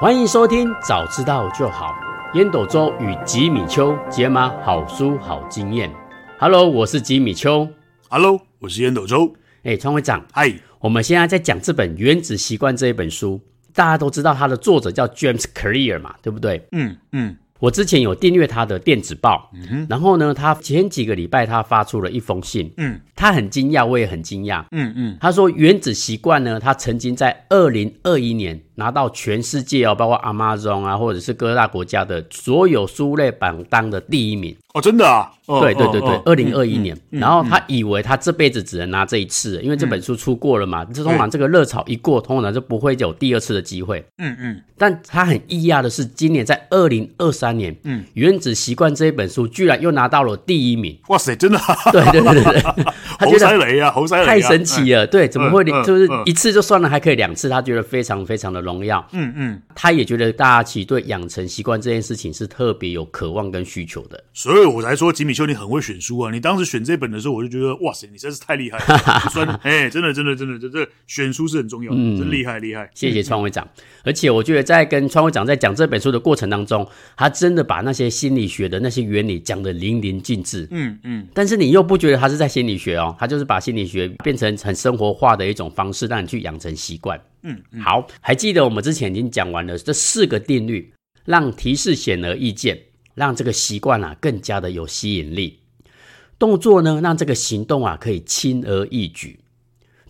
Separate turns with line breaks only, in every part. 欢迎收听《早知道就好》，烟斗周与吉米秋解码好书好经验。Hello，我是吉米秋。
Hello，我是烟斗周。
哎，川会长，
嗨，
我们现在在讲这本《原子习惯》这一本书，大家都知道它的作者叫 James Clear 嘛，对不对？
嗯嗯，
我之前有订阅他的电子报，然后呢，他前几个礼拜他发出了一封信，
嗯，
他很惊讶，我也很惊讶。
嗯嗯，
他说，《原子习惯》呢，他曾经在二零二一年拿到全世界哦，包括 Amazon 啊，或者是各大国家的所有书类榜单的第一名。
哦，真的啊，哦、
对对对对
哦，哦
二零二一年，然后他以为他这辈子只能拿这一次，因为这本书出过了
嗯
嘛，这通常这个热潮一过，通常就不会有第二次的机会。
嗯嗯，
但他很意讶的是，今年在二零二三年，嗯，《原子习惯》这一本书居然又拿到了第一名。
哇塞，真的、啊，
对对对 对，对他
猴
觉
塞
得
雷啊，猴塞雷、啊，
太神奇了，对，怎么会
嗯嗯
就是
嗯
一次就算了，还可以两次？他觉得非常非常的荣耀。
嗯！嗯嗯，
他也觉得大家其实对养成习惯这件事情是特别有渴望跟需求的。
所以我才说吉米秀你很会选书啊！你当时选这本的时候，我就觉得哇塞，你真是太厉害 了，算哎，真的真的真的，这这选书是很重要的，真厉害厉害。
谢谢川会长。而且我觉得在跟川会长在讲这本书的过程当中，他真的把那些心理学的那些原理讲得淋漓尽致。
嗯嗯
但是你又不觉得他是在心理学哦，他就是把心理学变成很生活化的一种方式，让你去养成习惯。
嗯，
好，还记得我们之前已经讲完了这四个定律，让提示显而易见，让这个习惯啊更加的有吸引力。动作呢，让这个行动啊可以轻而易举。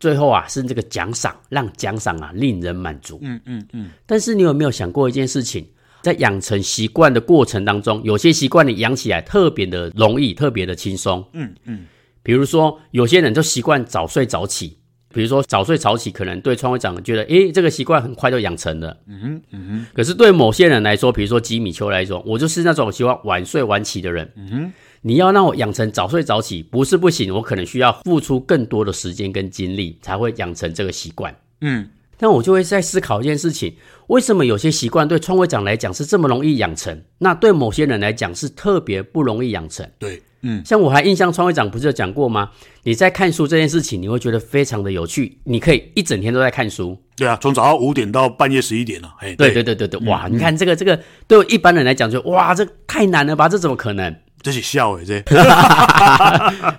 最后啊，是这个奖赏，让奖赏啊令人满足。
嗯嗯嗯，
但是你有没有想过一件事情？在养成习惯的过程当中，有些习惯你养起来特别的容易，特别的轻松。
嗯嗯，
比如说，有些人就习惯早睡早起。比如说早睡早起，可能对川会长觉得，诶，这个习惯很快就养成了。嗯哼，嗯哼。可是对某些人来说，比如说吉米丘来说，我就是那种喜欢晚睡晚起的人。嗯哼，你要让我养成早睡早起，不是不行，我可能需要付出更多的时间跟精力，才会养成这个习惯。
嗯，
但我就会在思考一件事情：为什么有些习惯对创会长来讲是这么容易养成，那对某些人来讲是特别不容易养成？
对，嗯
像我还印象，创会长不是有讲过吗？你在看书这件事情，你会觉得非常的有趣，你可以一整天都在看书。
对啊，从早上五点到半夜十一点啊，哎，
对对对对对，哇！你看这个这个，对我一般人来讲就哇，这太难了吧？这怎么可能？
这是笑哎， 这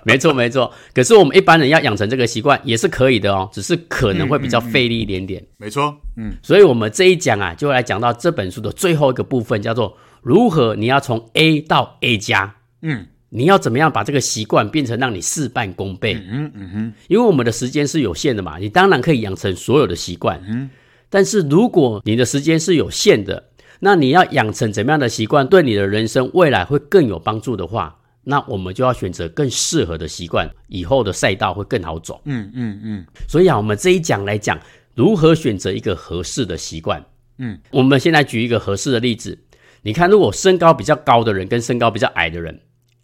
没错没错。可是我们一般人要养成这个习惯也是可以的哦，只是可能会比较费力一点点。
没错，嗯
所以，我们这一讲啊，就来讲到这本书的最后一个部分，叫做如何你要从 A 到 A 加，
嗯
你要怎么样把这个习惯变成让你事半功倍？
嗯嗯嗯，
因为我们的时间是有限的嘛，你当然可以养成所有的习惯，嗯，但是如果你的时间是有限的，那你要养成怎么样的习惯，对你的人生未来会更有帮助的话，那我们就要选择更适合的习惯，以后的赛道会更好走。
嗯嗯嗯，
所以啊，我们这一讲来讲如何选择一个合适的习惯。
嗯，
我们先来举一个合适的例子。你看，如果身高比较高的人跟身高比较矮的人，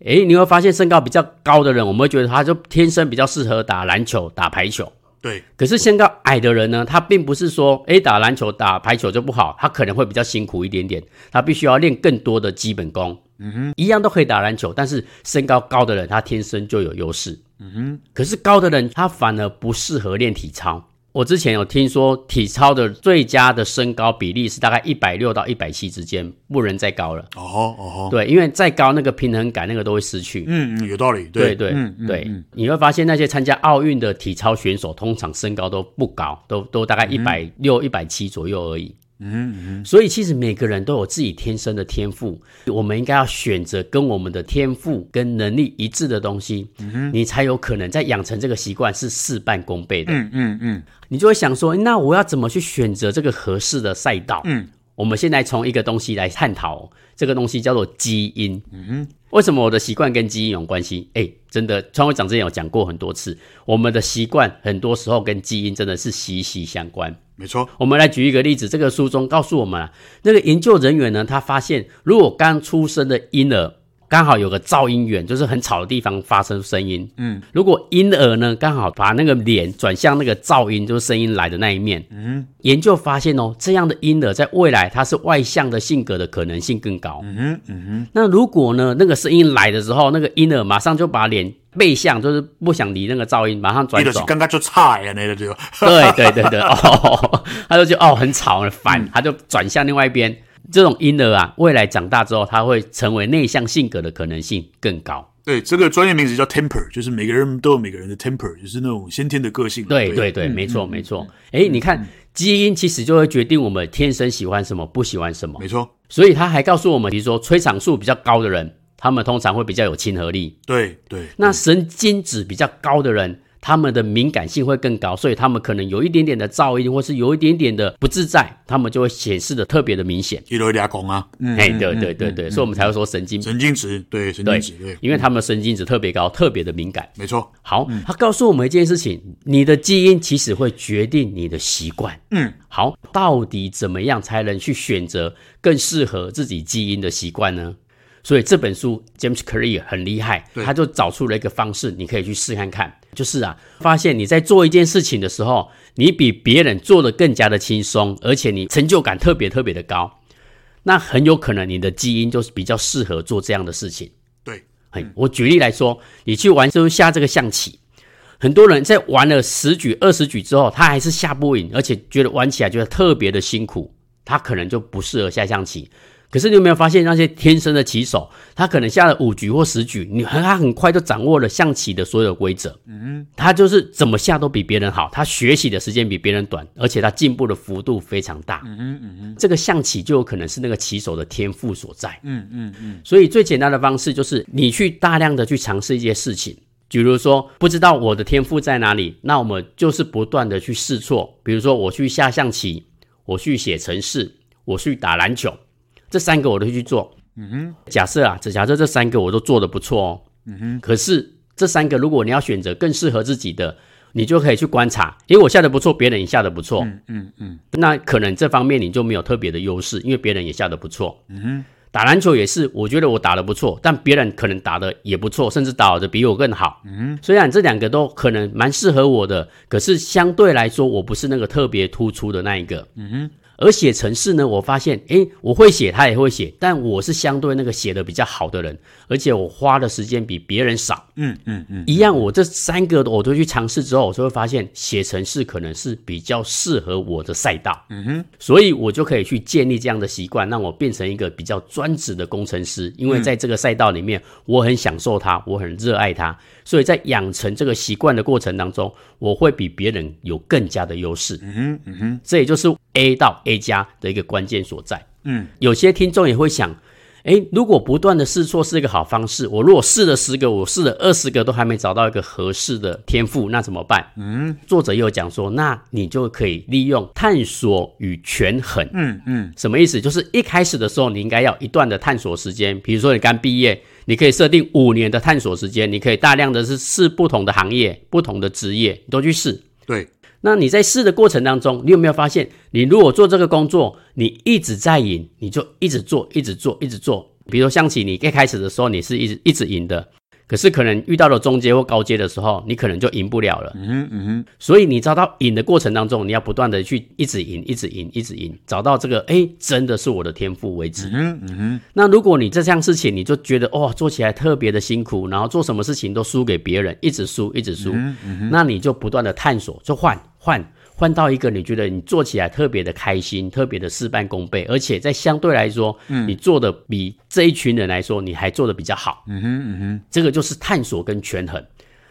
诶，你会发现身高比较高的人，我们会觉得他就天生比较适合打篮球、打排球。
对，
可是身高矮的人呢，他并不是说，诶，打篮球、打排球就不好，他可能会比较辛苦一点点，他必须要练更多的基本功。嗯哼，一样都可以打篮球，但是身高高的人他天生就有优势。嗯哼，可是高的人他反而不适合练体操。我之前有听说体操的最佳的身高比例是大概一百六到一百七之间，不能再高了。
哦吼哦吼，
对，因为再高那个平衡感那个都会失去。
嗯嗯，有道理，
对对
对，嗯嗯
对
嗯，
你会发现那些参加奥运的体操选手，通常身高都不高，都都大概一百六、一百七左右而已。
嗯嗯嗯
所以其实每个人都有自己天生的天赋，我们应该要选择跟我们的天赋跟能力一致的东西，
嗯
你才有可能在养成这个习惯是事半功倍的。
嗯嗯嗯
你就会想说，那我要怎么去选择这个合适的赛道？
嗯，
我们现在从一个东西来探讨哦、这个东西叫做基因。嗯为什么我的习惯跟基因有关系？哎，真的，川会长之前有讲过很多次，我们的习惯很多时候跟基因真的是息息相关。
没错，
我们来举一个例子，这个书中告诉我们啊，那个研究人员呢，他发现如果刚出生的婴儿刚好有个噪音源，就是很吵的地方发生声音，嗯，如果婴儿呢刚好把那个脸转向那个噪音，就是声音来的那一面，嗯，研究发现哦，这样的婴儿在未来他是外向的性格的可能性更高。
嗯嗯嗯
那如果呢那个声音来的时候，那个婴儿马上就把脸背向，就是不想理那个噪音，马上转
伊就是
走。
刚刚就差呀，那个就
对对对对，哦， 他就觉得哦很吵很烦，他就转向另外一边。这种婴儿啊，未来长大之后，他会成为内向性格的可能性更高。
对这个专业名词叫 temper，就是每个人都有每个人的 temper，就是那种先天的个性。
对对对，没错没错。哎，你看基因其实就会决定我们天生喜欢什么，不喜欢什么。
没错，
所以他还告诉我们，比如说催产素比较高的人，他们通常会比较有亲和力；
对对。
那神经质比较高的人，他们的敏感性会更高，所以他们可能有一点点的噪音，或是有一点点的不自在，他们就会显示的特别的明显。
伊罗俩讲啊，嗯，
哎，对对对对，所以我们才会说神经，
神经质，对神经质，对，
因为他们的神经质特别高，特别的敏感。
没错，
好，他告诉我们一件事情：你的基因其实会决定你的习惯。
嗯，
好，到底怎么样才能去选择更适合自己基因的习惯呢？所以这本书 James Clear 很厉害，
对
他就找出了一个方式，你可以去试看看。就是啊，发现你在做一件事情的时候，你比别人做的更加的轻松，而且你成就感特别特别的高，那很有可能你的基因就是比较适合做这样的事情。
对，
嘿，我举例来说，你去玩就是下这个象棋，很多人在玩了十局、二十局之后，他还是下不赢，而且觉得玩起来觉得特别的辛苦，他可能就不适合下象棋。可是你有没有发现，那些天生的棋手，他可能下了五局或十局，你很他很快就掌握了象棋的所有规则。嗯，他就是怎么下都比别人好，他学习的时间比别人短，而且他进步的幅度非常大。嗯嗯这个象棋就有可能是那个棋手的天赋所在。所以最简单的方式就是你去大量的去尝试一些事情，比如说不知道我的天赋在哪里，那我们就是不断的去试错。比如说我去下象棋，我去写程式，我去打篮球，这三个我都去做。嗯哼，假设啊，只假设这三个我都做的不错哦。嗯哼，可是这三个如果你要选择更适合自己的，你就可以去观察，因为我下的不错，别人也下的不错。嗯嗯嗯，那可能这方面你就没有特别的优势，因为别人也下的不错。打篮球也是，我觉得我打得不错，但别人可能打得也不错，甚至打得比我更好。嗯，虽然这两个都可能蛮适合我的，可是相对来说，我不是那个特别突出的那一个。嗯哼。而写程式呢，我发现，诶，我会写，他也会写，但我是相对那个写的比较好的人，而且我花的时间比别人少。
嗯嗯嗯，
一样，我这三个我都去尝试之后，我就会发现写程式可能是比较适合我的赛道。嗯哼，所以我就可以去建立这样的习惯，让我变成一个比较专职的工程师。因为在这个赛道里面，我很享受它，我很热爱它，所以在养成这个习惯的过程当中，我会比别人有更加的优势。嗯哼，嗯哼，这也就是 A 到 A 加的一个关键所在。
嗯，
有些听众也会想。诶，如果不断的试错是一个好方式，我如果试了十个，我试了二十个都还没找到一个合适的天赋，那怎么办？嗯，作者又讲说，那你就可以利用探索与权衡。
嗯嗯，
什么意思？就是一开始的时候，你应该要一段的探索时间。比如说你刚毕业，你可以设定五年的探索时间，你可以大量的是试不同的行业、不同的职业，你都去试。
对，
那你在试的过程当中，你有没有发现，你如果做这个工作，你一直在赢，你就一直做，一直做，一直做。比如说象棋，你一开始的时候你是一直一直赢的，可是可能遇到了中阶或高阶的时候，你可能就赢不了了。
嗯嗯
所以你找到赢的过程当中，你要不断的去一直赢，一直赢，一直赢，找到这个哎，诶真的是我的天赋为止。
嗯嗯嗯，
那如果你这项事情，你就觉得哦，做起来特别的辛苦，然后做什么事情都输给别人，一直输，一直输，那你就不断的探索，就换换换到一个你觉得你做起来特别的开心，特别的事半功倍，而且在相对来说，你做的比这一群人来说，你还做的比较好。嗯哼嗯哼，这个就是探索跟权衡。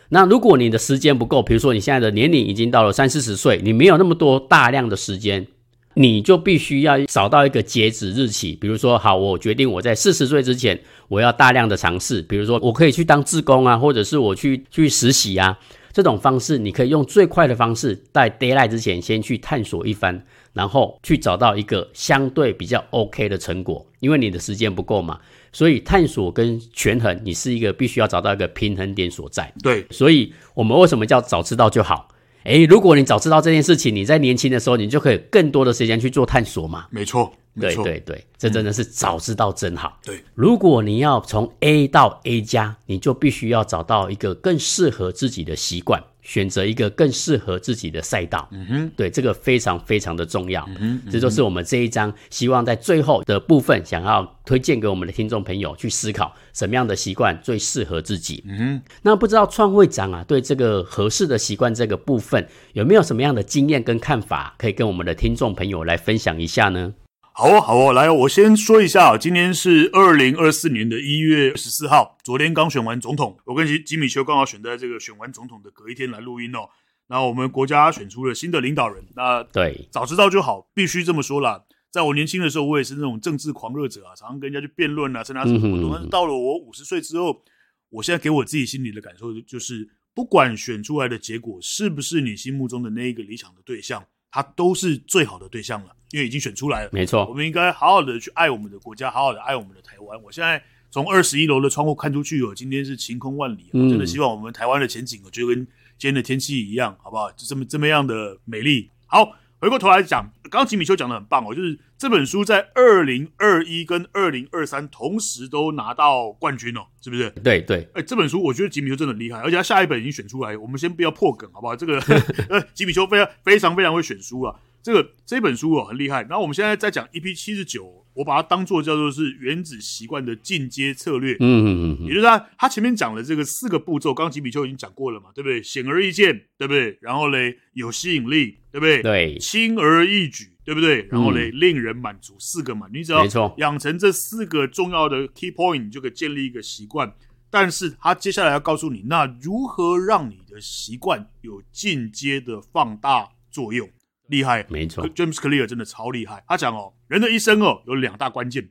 那如果你的时间不够，比如说你现在的年龄已经到了三四十岁，你没有那么多大量的时间，你就必须要找到一个截止日期。比如说，好，我决定我在四十岁之前，我要大量的尝试。比如说，我可以去当志工啊，或者是我去去实习啊，这种方式，你可以用最快的方式，在 d a y l i g h t 之前先去探索一番，然后去找到一个相对比较 OK 的成果，因为你的时间不够嘛。所以探索跟权衡，你是一个必须要找到一个平衡点所在。
对，
所以我们为什么叫早知道就好？诶，如果你早知道这件事情，你在年轻的时候，你就可以更多的时间去做探索嘛。
没错，没
对
错嗯
对对，这真的是早知道真好。
对，
如果你要从 A 到 A 加，你就必须要找到一个更适合自己的习惯，选择一个更适合自己的赛道。嗯哼，对，这个非常非常的重要。嗯哼，这就是我们这一章希望在最后的部分想要推荐给我们的听众朋友去思考，什么样的习惯最适合自己。那不知道创会长啊，对这个合适的习惯这个部分，有没有什么样的经验跟看法，可以跟我们的听众朋友来分享一下呢？
好哦，好哦，来哦，我先说一下哦，今天是二零二四年的一月十四号，昨天刚选完总统，我跟吉吉米修刚好选在这个选完总统的隔一天来录音哦。那我们国家选出了新的领导人，那
对，
早知道就好，必须这么说啦。在我年轻的时候，我也是那种政治狂热者啊，常常跟人家去辩论啊，参加什么活
嗯哼
动。但是到了我五十岁之后，我现在给我自己心里的感受就是，不管选出来的结果是不是你心目中的那一个理想的对象，它都是最好的对象了，因为已经选出来了。
没
我
错，
们应该好好的去爱我们的国家，好好的爱我们的台湾。我现在从二十一楼的窗户看出去哦，今天是晴空万里哦、
嗯
真的希望我们台湾的前景哦，就跟今天的天气一样，好不好？就这么这么样的美丽。好，回过头来讲，刚刚吉米修讲的很棒哦，就是这本书在二零二一跟二零二三同时都拿到冠军哦，是不是？
对对，
哎，这本书我觉得吉米修真的很厉害，而且他下一本已经选出来，我们先不要破梗，好不好？这个呃，吉米修非常非常非常会选书啊，这个这本书哦很厉害。然后我们现在在讲 EP 七十九，我把它当做叫做是原子习惯的进阶策略，
嗯嗯嗯
也
嗯，
就是他他前面讲了这个四个步骤，刚刚吉米修已经讲过了嘛，对不对？显而易见，对不对？然后嘞，有吸引力，对不对？
对，
轻而易举，对不对？然后嘞，令人满足，四个嘛，你只要
嗯没错
养成这四个重要的 key point，你就可以建立一个习惯。但是他接下来要告诉你，那如何让你的习惯有进阶的放大作用？厉害
没错，
，James Clear 真的超厉害。他讲哦，人的一生哦有两大关键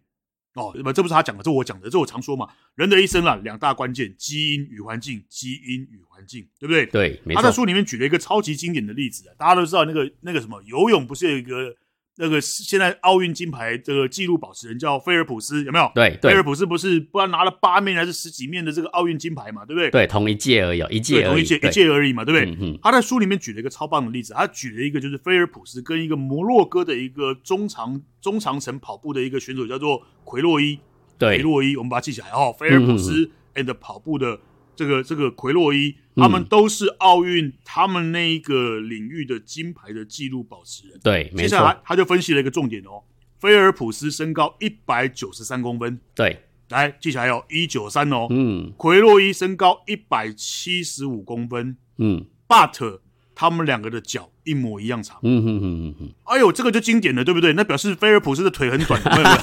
哦，不，这不是他讲的，这我讲的，这我常说嘛，人的一生啊两大关键，基因与环境，基因与环境，对不对？
对，没
他在
错，
书里面举了一个超级经典的例子啊，大家都知道那个那个什么游泳不是有一个那个现在奥运金牌这个纪录保持人叫菲尔普斯有没有？
对
菲
对
尔普斯不是不知道拿了八面还是十几面的这个奥运金牌嘛，对不对？
对，同一届而已哦，一
对，
届而
同
已，
一届一
对，
届而已嘛，对不对？
嗯嗯，
他在书里面举了一个超棒的例子，他举了一个就是菲尔普斯跟一个摩洛哥的一个中长中长程跑步的一个选手叫做奎洛伊，奎
对，嗯
洛伊，我们把它记起来哦。菲尔普斯 and 跑步的这个这个奎洛伊，
嗯
他们都是奥运他们那一个领域的金牌的纪录保持人。
对，
接
没
下来
错，
他就分析了一个重点哦，菲尔普斯身高一百九十三公分，
对，
来记起来哦，一九三哦。
嗯
奎洛伊身高一百七十五公分
嗯
，but 他们两个的脚一模一样长。
嗯嗯嗯嗯
哎呦，这个就经典了，对不对？那表示菲尔普斯的腿很短，有没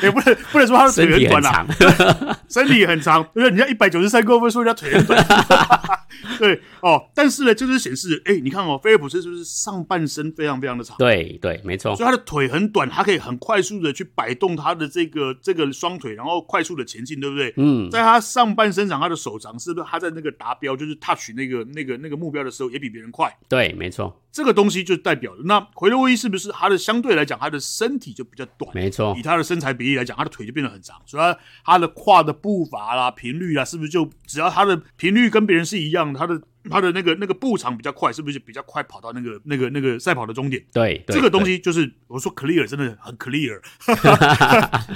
有也不能不能说他
嗯，
的
身
腿
体
很
很
短啊啦、
长，
身体很长， 对不对？人家一百九十三公分，说人家腿很短，对哦。但是呢，就是显示，哎，你看哦，菲尔普斯是不是上半身非常非常的长？
对对，没错
所，以他的腿很短，他可以很快速的去摆动他的这个这个双腿，然后快速的前进，对不对？
嗯，
在他上半身上，他的手掌是不是他在那个达标，就是 touch 那个那个那个目标的时候，也比别人快？
对，没错，
这个东西就代表了，那奎洛伊是不是他的相对来讲，他的身体就比较短？
没错
以，他的身材比例来讲，他的腿就变得很长，所以他他的胯的步伐啦、频率啦，啊是不是就只要他的频率跟别人是一样的，他的他的那个那个步长比较快，是不是就比较快跑到那个那个那个赛跑的终点？
对，对
这个东，
对
西就是我说 clear 真的很 clear，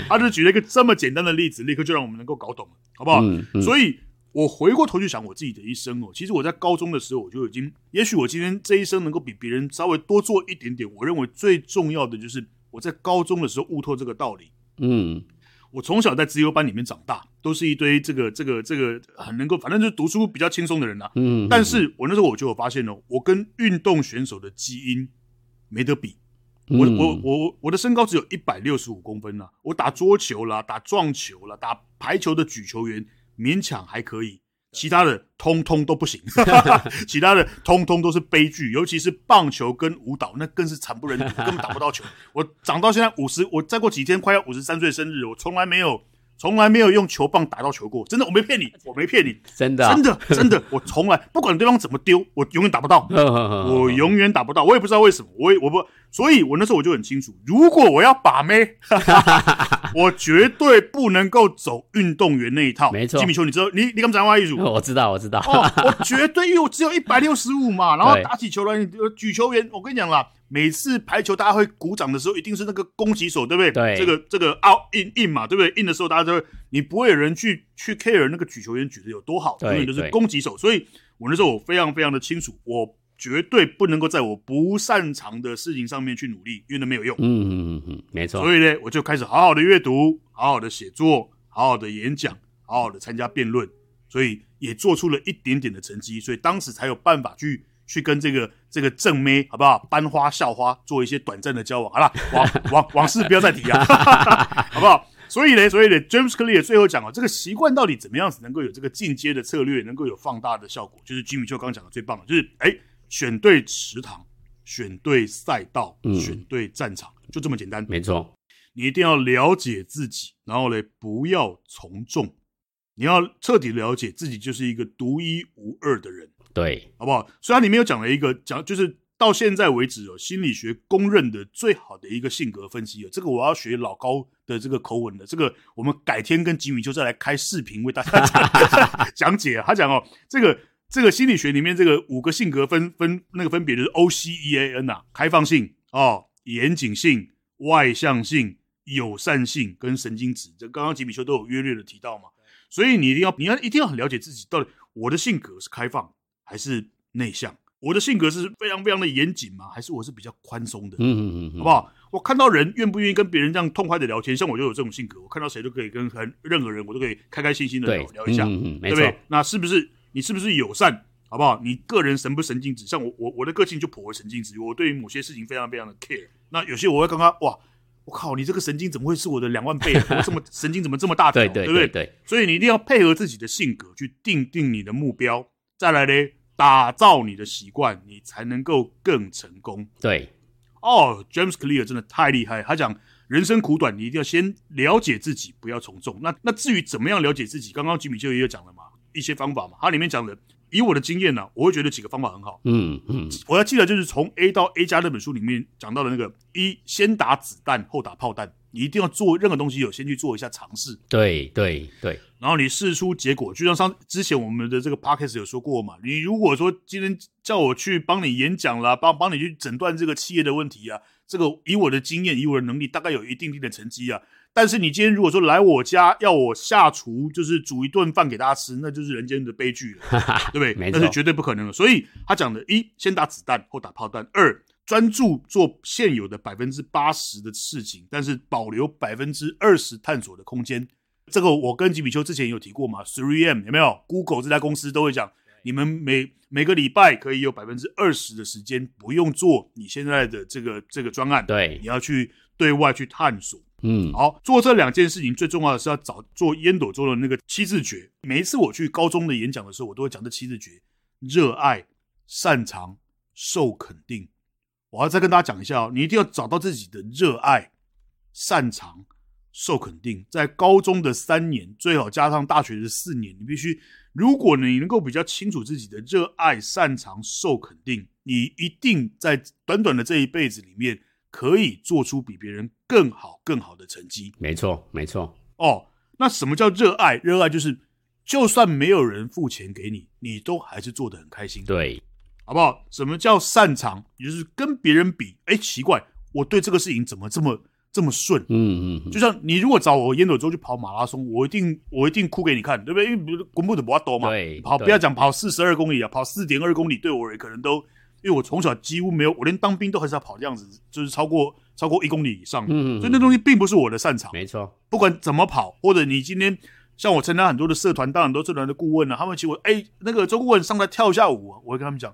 他就举了一个这么简单的例子，立刻就让我们能够搞懂了，好不好？
嗯嗯，
所以我回过头去想我自己的一生哦，其实我在高中的时候我就已经，也许我今天这一生能够比别人稍微多做一点点，我认为最重要的就是我在高中的时候悟透这个道理。
嗯，
我从小在资优班里面长大，都是一堆这个这个这个很能够，反正就是读书比较轻松的人啦、
嗯，
但是我那时候我就有发现哦，我跟运动选手的基因没得比。我
嗯
我我我的身高只有一百六十五公分啦、我打桌球啦，打撞球啦，打排球的举球员勉强还可以，其他的通通都 不行，其他的通通都是悲剧，尤其是棒球跟舞蹈，那更是惨不忍睹，根本打不到球。我长到现在五十，我再过几天快要五十三岁生日，我从来没有从来没有用球棒打到球过，真的，我没骗你，我没骗你，
真的啊，
真的真的，我 从来不管对方怎么丢，我永远打不到。
呵呵呵呵，
我永远打不到，我也不知道为什么，我也我不所以我那时候我就很清楚，如果我要把 妹，我绝对不能够走运动员那一套。
没错
吉米球，你知道你你敢讲话艺术？
我知道，我知道，
哦，我绝对，因为我只有一百六十五嘛，然后
对
打起球来，你呃举球员，我跟你讲啦，每次排球大家会鼓掌的时候，一定是那个攻击手，对不对？
对
这个这个out in in 嘛，对不对？in 的时候大家都会，你不会有人去去 care 那个举球员举的有多好，
对
永远都是
对
攻击手。所以我那时候我非常非常的清楚，我绝对不能够在我不擅长的事情上面去努力，因为那没有用。
嗯嗯嗯嗯，没错，
所以呢，我就开始好好的阅读，好好的写作，好好的演讲，好好的参加辩论，所以也做出了一点点的成绩，所以当时才有办法去去跟这个这个正妹好不好班花校花做一些短暂的交往，好啦，往往往事不要再提啊，好不好？所以呢，所以呢，James Clear 最后讲哦，这个习惯到底怎么样子能够有这个进阶的策略，能够有放大的效果，就是 Jimmy 就刚讲的最棒的，就是哎，选对池塘，选对赛道，
嗯
选对战场，就这么简单。
没错，
你一定要了解自己，然后嘞，不要从众。你要彻底了解自己就是一个独一无二的人，
对，
好不好？所以它里面有讲了一个讲，就是到现在为止哦，心理学公认的最好的一个性格分析哦。这个我要学老高的这个口吻的，这个我们改天跟吉米丘再来开视频为大家 讲讲解啊。他讲哦，这个这个心理学里面这个五个性格分分那个分别就是 O C E A N 啊，开放性哦，严谨性、外向性、友善性跟神经质，这刚刚吉米丘都有约略的提到嘛。所以你一定要，你要一定要很了解自己，到底我的性格是开放还是内向？我的性格是非常非常的严谨吗？还是我是比较宽松的？
嗯嗯嗯
好
嗯，
不好？我看到人愿不愿意跟别人这样痛快的聊天，像我就有这种性格，我看到谁都可以跟很任何人，我都可以开开心心的
对
聊，聊一
嗯
下。
嗯嗯，没
对不
错，
对？那是不是你是不是友善，好不好？你个人神不神经质？像我，我我的个性就颇为神经质，我对于某些事情非常非常的 care。那有些我会刚刚哇，我靠，你这个神经怎么会是我的两万倍 啊？我这么神经怎么这么大条？
对
对
对
不对
对？对，
所以你一定要配合自己的性格去定定你的目标，再来嘞，打造你的习惯，你才能够更成功。
对，
哦，James Clear 真的太厉害，他讲人生苦短，你一定要先了解自己，不要从众。那那至于怎么样了解自己，刚刚吉米就也有讲了嘛，一些方法嘛，它里面讲的，以我的经验呢、我会觉得几个方法很好。
嗯嗯，
我要记得就是从 A 到 A 加那本书里面讲到的那个一，先打子弹后打炮弹，你一定要做任何东西有先去做一下尝试，
对对对，
然后你试出结果，就像上之前我们的这个 podcast 有说过嘛，你如果说今天叫我去帮你演讲啦，帮帮你去诊断这个企业的问题啊，这个以我的经验，以我的能力，大概有一定定的成绩啊。但是你今天如果说来我家要我下厨，就是煮一顿饭给大家吃，那就是人间的悲剧 了，对不对？
没
那
错
是绝对不可能的。所以他讲的，一先打子弹后打炮弹，二专注做现有的百分之八十的事情，但是保留百分之二十探索的空间。这个我跟吉米丘之前有提过嘛，Three M 有没有？Google 这家公司都会讲，你们每每个礼拜可以有百分之二十的时间不用做你现在的这个这个专案，
对
你，要去对外去探索。
嗯，
好，做这两件事情最重要的是要找做烟斗中的那个七字诀。每一次我去高中的演讲的时候，我都会讲这七字诀：热爱、擅长、受肯定。我要再跟大家讲一下哦，你一定要找到自己的热爱、擅长、受肯定。在高中的三年，最好加上大学的四年，你必须，如果你能够比较清楚自己的热爱、擅长、受肯定，你一定在短短的这一辈子里面，可以做出比别人更好、更好的成绩。
没错没错，
哦，那什么叫热爱？热爱就是，就算没有人付钱给你，你都还是做得很开心。哦
对，
好不好？什么叫擅长？也就是跟别人比，哎，奇怪，我对这个事情怎么这么这么顺？
嗯嗯嗯，
就像你如果找我烟斗周去跑马拉松，我一定我一定哭给你看，对不对？因为滚步的不要多嘛，
对
跑
对
不要讲跑四十二公里啊，跑四点二公里对我而言可能都，因为我从小几乎没有，我连当兵都很少跑这样子，就是超过超过一公里以上，
嗯嗯嗯
所以那东西并不是我的擅长。
没错，
不管怎么跑，或者你今天像我参加很多的社团，当很多社团的顾问呢、他们请我，哎、那个周顾问上来跳一下舞啊、我会跟他们讲，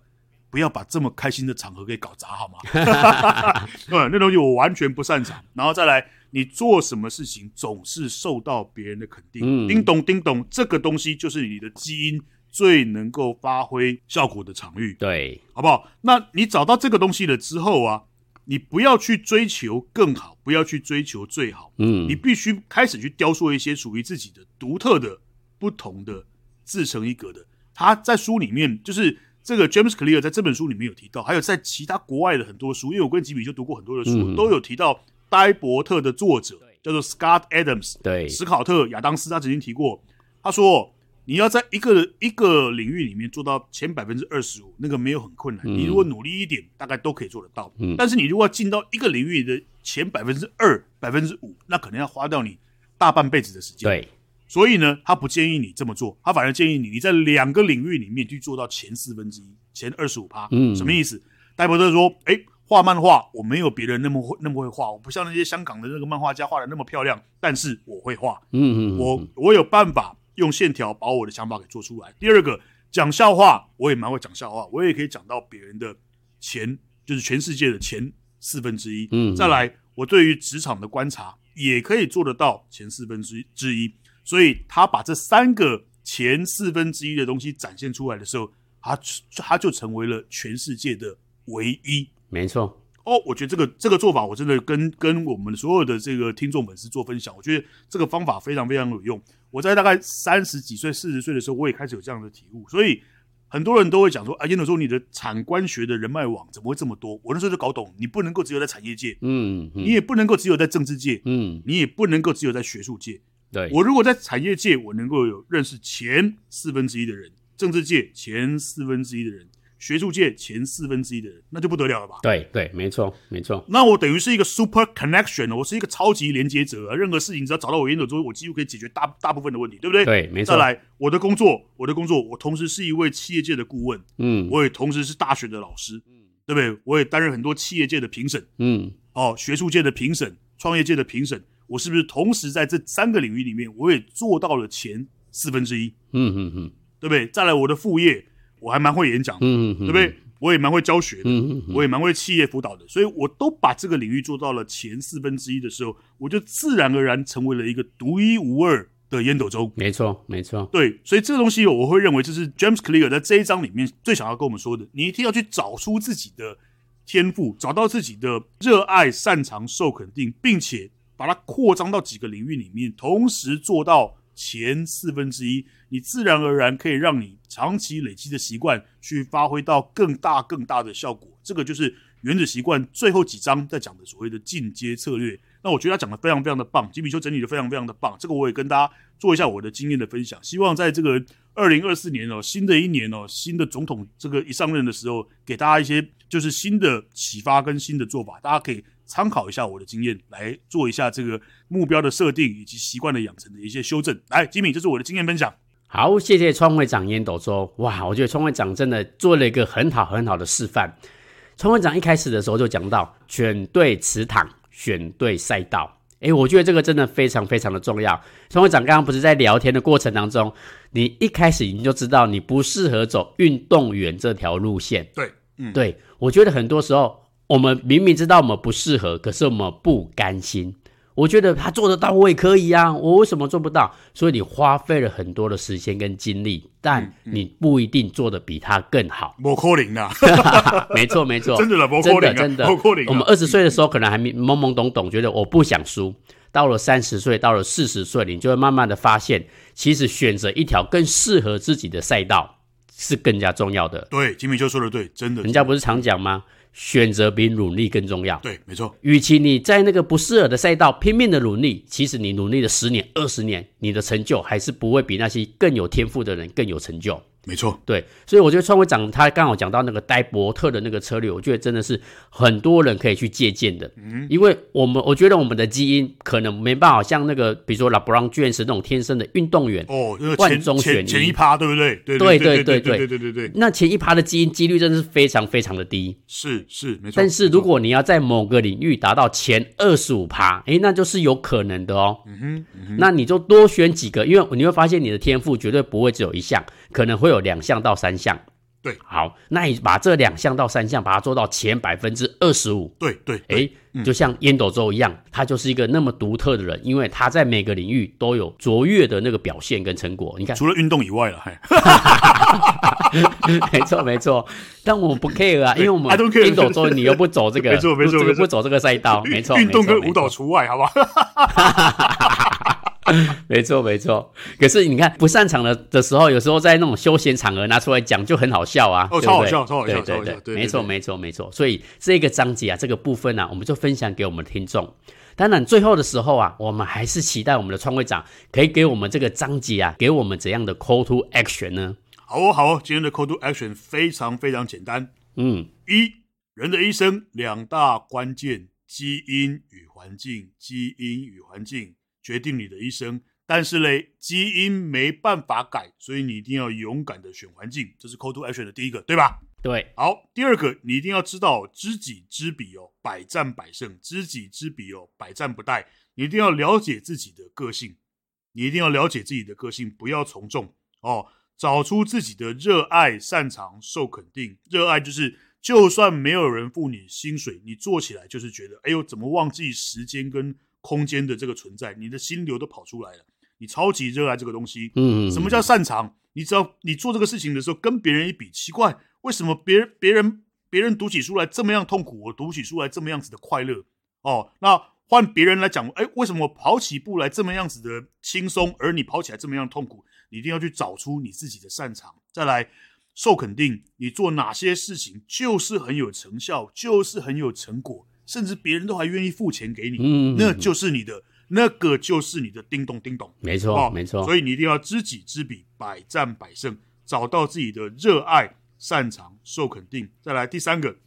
不要把这么开心的场合给搞砸，好吗？ 对，那东西我完全不擅长。然后再来，你做什么事情总是受到别人的肯定，
嗯
叮咚叮咚，这个东西就是你的基因最能够发挥效果的场域。
对，
好不好？那你找到这个东西了之后啊，你不要去追求更好，不要去追求最好，
嗯
你必须开始去雕塑一些属于自己的独特的、不同的、自成一格的。他在书里面就是这个 James Clear 在这本书里面有提到，还有在其他国外的很多书，因为我跟吉米就读过很多的书，
嗯
都有提到呆伯特的作者叫做 Scott Adams，
对，
史考特亚当斯他曾经提过，他说你要在一个一个领域里面做到前百分之二十五，那个没有很困难，你如果努力一点，大概都可以做得到。
嗯
但是你如果要进到一个领域的前百分之二、百分之五，那可能要花掉你大半辈子的时间。，
对，
所以呢，他不建议你这么做，他反而建议你你在两个领域里面去做到前四分之一、前二十五趴。
嗯
什么意思？戴伯特说：“哎，画漫画我没有别人那么会那么会画，我不像那些香港的那个漫画家画的那么漂亮，但是我会画，
嗯嗯，
我我有办法用线条把我的想法给做出来。第二个，讲笑话我也蛮会讲笑话，我也可以讲到别人的前，就是全世界的前四分之一。
嗯
再来，我对于职场的观察也可以做得到前四分之之一。所以他把这三个前四分之一的东西展现出来的时候，他他就成为了全世界的唯一。
没错，
哦，我觉得这个这个做法，我真的跟跟我们所有的这个听众粉丝做分享，我觉得这个方法非常非常有用。我在大概三十几岁、四十岁的时候，我也开始有这样的体悟，所以很多人都会讲说：“啊，烟斗说你的产官学的人脉网怎么会这么多？”我那时候就搞懂，你不能够只有在产业界，
嗯
你
嗯
也不能够只有在政治界，
嗯，
你也不能够只有在学术界。
对，
我如果在产业界，我能够有认识前四分之一的人，政治界前四分之一的人，学术界前四分之一的人，那就不得了了吧？
对对，没错没错，
那我等于是一个 super connection，我是一个超级连接者啊，任何事情只要找到我烟斗之后，我几乎可以解决大大部分的问题，对不对？。
对没错
再，来，我的工作，我的工作，我同时是一位企业界的顾问，
嗯
我也同时是大学的老师，对不对？我也担任很多企业界的评审，
嗯
哦，学术界的评审，创业界的评审，我是不是同时在这三个领域里面，我也做到了前四分之一，
嗯嗯嗯
对不对？再来，我的副业，我还蛮会演讲的，
嗯，对
对不对？？我也蛮会教学的，
嗯嗯
我也蛮会企业辅导的，所以我都把这个领域做到了前四分之一的时候，我就自然而然成为了一个独一无二的烟斗周。
没错没错，
对，所以这个东西我会认为这是 James Clear 在这一章里面最想要跟我们说的，你一定要去找出自己的天赋，找到自己的热爱、擅长、受肯定，并且把它扩张到几个领域里面，同时做到前四分之一，你自然而然可以让你长期累积的习惯去发挥到更大更大的效果。这个就是《原子习惯》最后几章在讲的所谓的进阶策略。那我觉得他讲的非常非常的棒，吉米修整理的非常非常的棒。这个我也跟大家做一下我的经验的分享，希望在这个二零二四年哦，新的一年哦，新的总统这个一上任的时候，给大家一些就是新的启发跟新的做法，大家可以参考一下我的经验，来做一下这个目标的设定以及习惯的养成的一些修正。来，吉米，这是我的经验分享。
好，谢谢川会长烟斗说，哇，我觉得川会长真的做了一个很好很好的示范。川会长一开始的时候就讲到，选对池塘，选对赛道。诶，我觉得这个真的非常非常的重要。川会长刚刚不是在聊天的过程当中，你一开始你就知道你不适合走运动员这条路线，
对，嗯，
对，我觉得很多时候我们明明知道我们不适合，可是我们不甘心。我觉得他做得到，我也可以啊，我为什么做不到？所以你花费了很多的时间跟精力，
嗯
但你不一定做得比他更好。
摩扣零啊，
没错，没错，
真的啦不
真
可能
的
啊
真的
不可能啊。
我们二十岁的时候可能还懵懵懂懂，觉得我不想输。到了三十岁，到了四十岁，你就会慢慢的发现，其实选择一条更适合自己的赛道是更加重要的。
对，吉米就说的对，真的，
人家不是常讲吗？选择比努力更重要。
对，没错，
与其你在那个不适合的赛道拼命的努力，其实你努力了十年、二十年，你的成就还是不会比那些更有天赋的人更有成就。
没错，
对，所以我觉得创会长他刚好讲到那个戴伯特的那个策略，我觉得真的是很多人可以去借鉴的。嗯，因为我们我觉得我们的基因可能没办法像那个，比如说拉布朗卷士那种天生的运动员，
哦，那个
万
前
中选
前
一
前一趴，对不对？对
对
对
对
对
对
对对对，
那前一趴的基因几率真的是非常非常的低。
是是没错。
但是
没错
如果你要在某个领域达到前二十五趴，诶，那就是有可能的哦。
嗯
那你就多选几个，因为你会发现你的天赋绝对不会只有一项，可能会有两项到三项。
对
好，那你把这两项到三项把它做到前百分之二十五，
对对对嗯
诶，就像烟斗周一样，他就是一个那么独特的人，因为他在每个领域都有卓越的那个表现跟成果。你 看，
除了运动以外了，嘿，
没错没错，但我们不 care 啊，因为我们
I don't care
烟斗周你又不走这个，
没错没错
不
没错
不 走这个赛道，没错，
运动
没错
跟舞蹈。
没错
除外，好吧？
没错没错。可是你看不擅长的的时候，有时候在那种休闲场合拿出来讲就很好笑啊，
哦
对不对
超好笑超好笑
对对
超好笑
对
对对
没错
对
没错没错。所以这个章节啊，这个部分啊，我们就分享给我们的听众。当然，最后的时候啊，我们还是期待我们的创会长啊可以给我们这个章节啊，给我们怎样的 call to action 呢？
好哦，好哦，今天的 call to action 非常非常简单。
嗯，
一，人的一生两大关键：基因与环境。基因与环境决定你的一生，但是嘞，基因没办法改，所以你一定要勇敢的选环境。这是 call to action 的第一个，对吧？
对，
好，第二个，你一定要知道知己知彼哦，百战百胜；知己知彼哦，百战不殆。你一定要了解自己的个性，你一定要了解自己的个性，不要从众哦。找出自己的热爱、擅长、受肯定。热爱就是，就算没有人付你薪水，你做起来就是觉得，哎呦，怎么忘记时间跟空间的这个存在？你的心流都跑出来了，你超级热爱这个东西。
嗯，
什么叫擅长？你只要你做这个事情的时候跟别人一比，奇怪，为什么别人别人别人读起书来这么样痛苦，我读起书来这么样子的快乐？哦，那换别人来讲，哎，为什么我跑起步来这么样子的轻松，而你跑起来这么样痛苦？你一定要去找出你自己的擅长，再来受肯定。你做哪些事情就是很有成效，就是很有成果，甚至别人都还愿意付钱给你，
嗯
那就是你的，那个就是你的叮咚叮咚。
没
哦
错，没错，
所以你一定要知己知彼，百战百胜，找到自己的热爱、擅长、受肯定。再来第三个，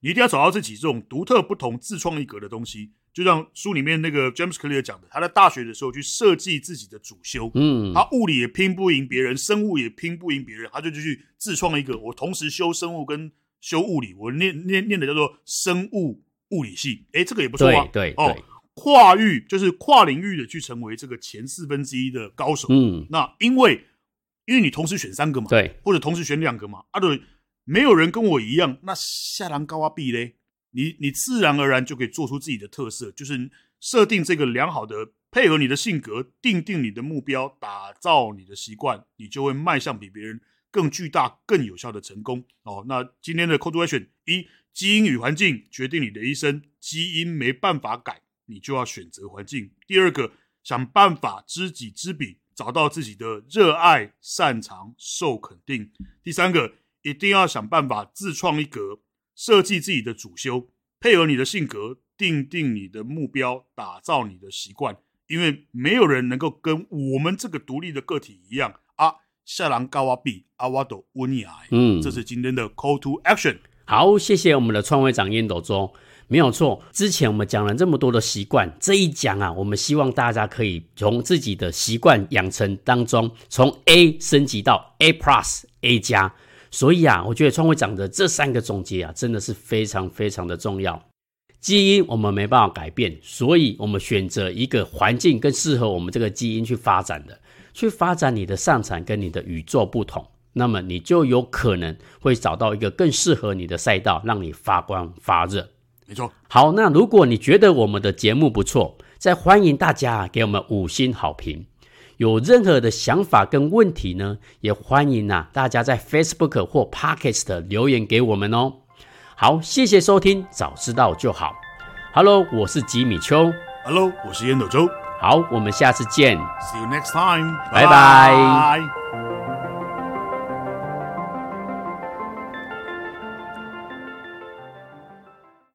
你一定要找到自己这种独特、不同、自创一格的东西。就像书里面那个 James Clear 讲的，他在大学的时候去设计自己的主修，
嗯，
他物理也拼不赢别人，生物也拼不赢别人，他就就去自创一个。我同时修生物跟修物理，我念念念的叫做生物物理系，诶，这个也不错
对
啊。
对
哦
对，
跨域就是跨领域的去成为这个前四分之一的高手。
嗯，
那因为因为你同时选三个嘛，，
对，
或者同时选两个嘛，啊对，没有人跟我一样，那下狼高啊壁嘞，你你自然而然就可以做出自己的特色，就是设定这个良好的配合你的性格，定定你的目标，打造你的习惯，你就会迈向比别人更巨大、更有效的成功。哦，那今天的 Code to Action 一，基因与环境决定你的一生，基因没办法改，你就要选择环境。第二个，想办法知己知彼，找到自己的热爱、擅长、受肯定。第三个，一定要想办法自创一格，设计自己的主修，配合你的性格，定定你的目标，打造你的习惯。因为没有人能够跟我们这个独立的个体一样啊，下狼高啊比阿瓦斗乌尼埃。
嗯
这是今天的 Call to Action。
好，谢谢我们的创会长烟斗中，没有错。之前我们讲了这么多的习惯，这一讲啊，我们希望大家可以从自己的习惯养成当中，从 A 升级到 A Plus、A 加。所以啊，我觉得创会长的这三个总结啊，真的是非常非常的重要。基因我们没办法改变，所以我们选择一个环境更适合我们这个基因去发展的，去发展你的擅长跟你的宇宙不同，那么你就有可能会找到一个更适合你的赛道，让你发光发热。
没错，
好，那如果你觉得我们的节目不错，再欢迎大家啊给我们五星好评。有任何的想法跟问题呢，也欢迎啊大家在 Facebook 或 Podcast 留言给我们哦。好，谢谢收听，早知道就好。Hello，我是吉米秋。
Hello，我是烟斗周
好，我们下次见。
，See you next time，
拜拜
拜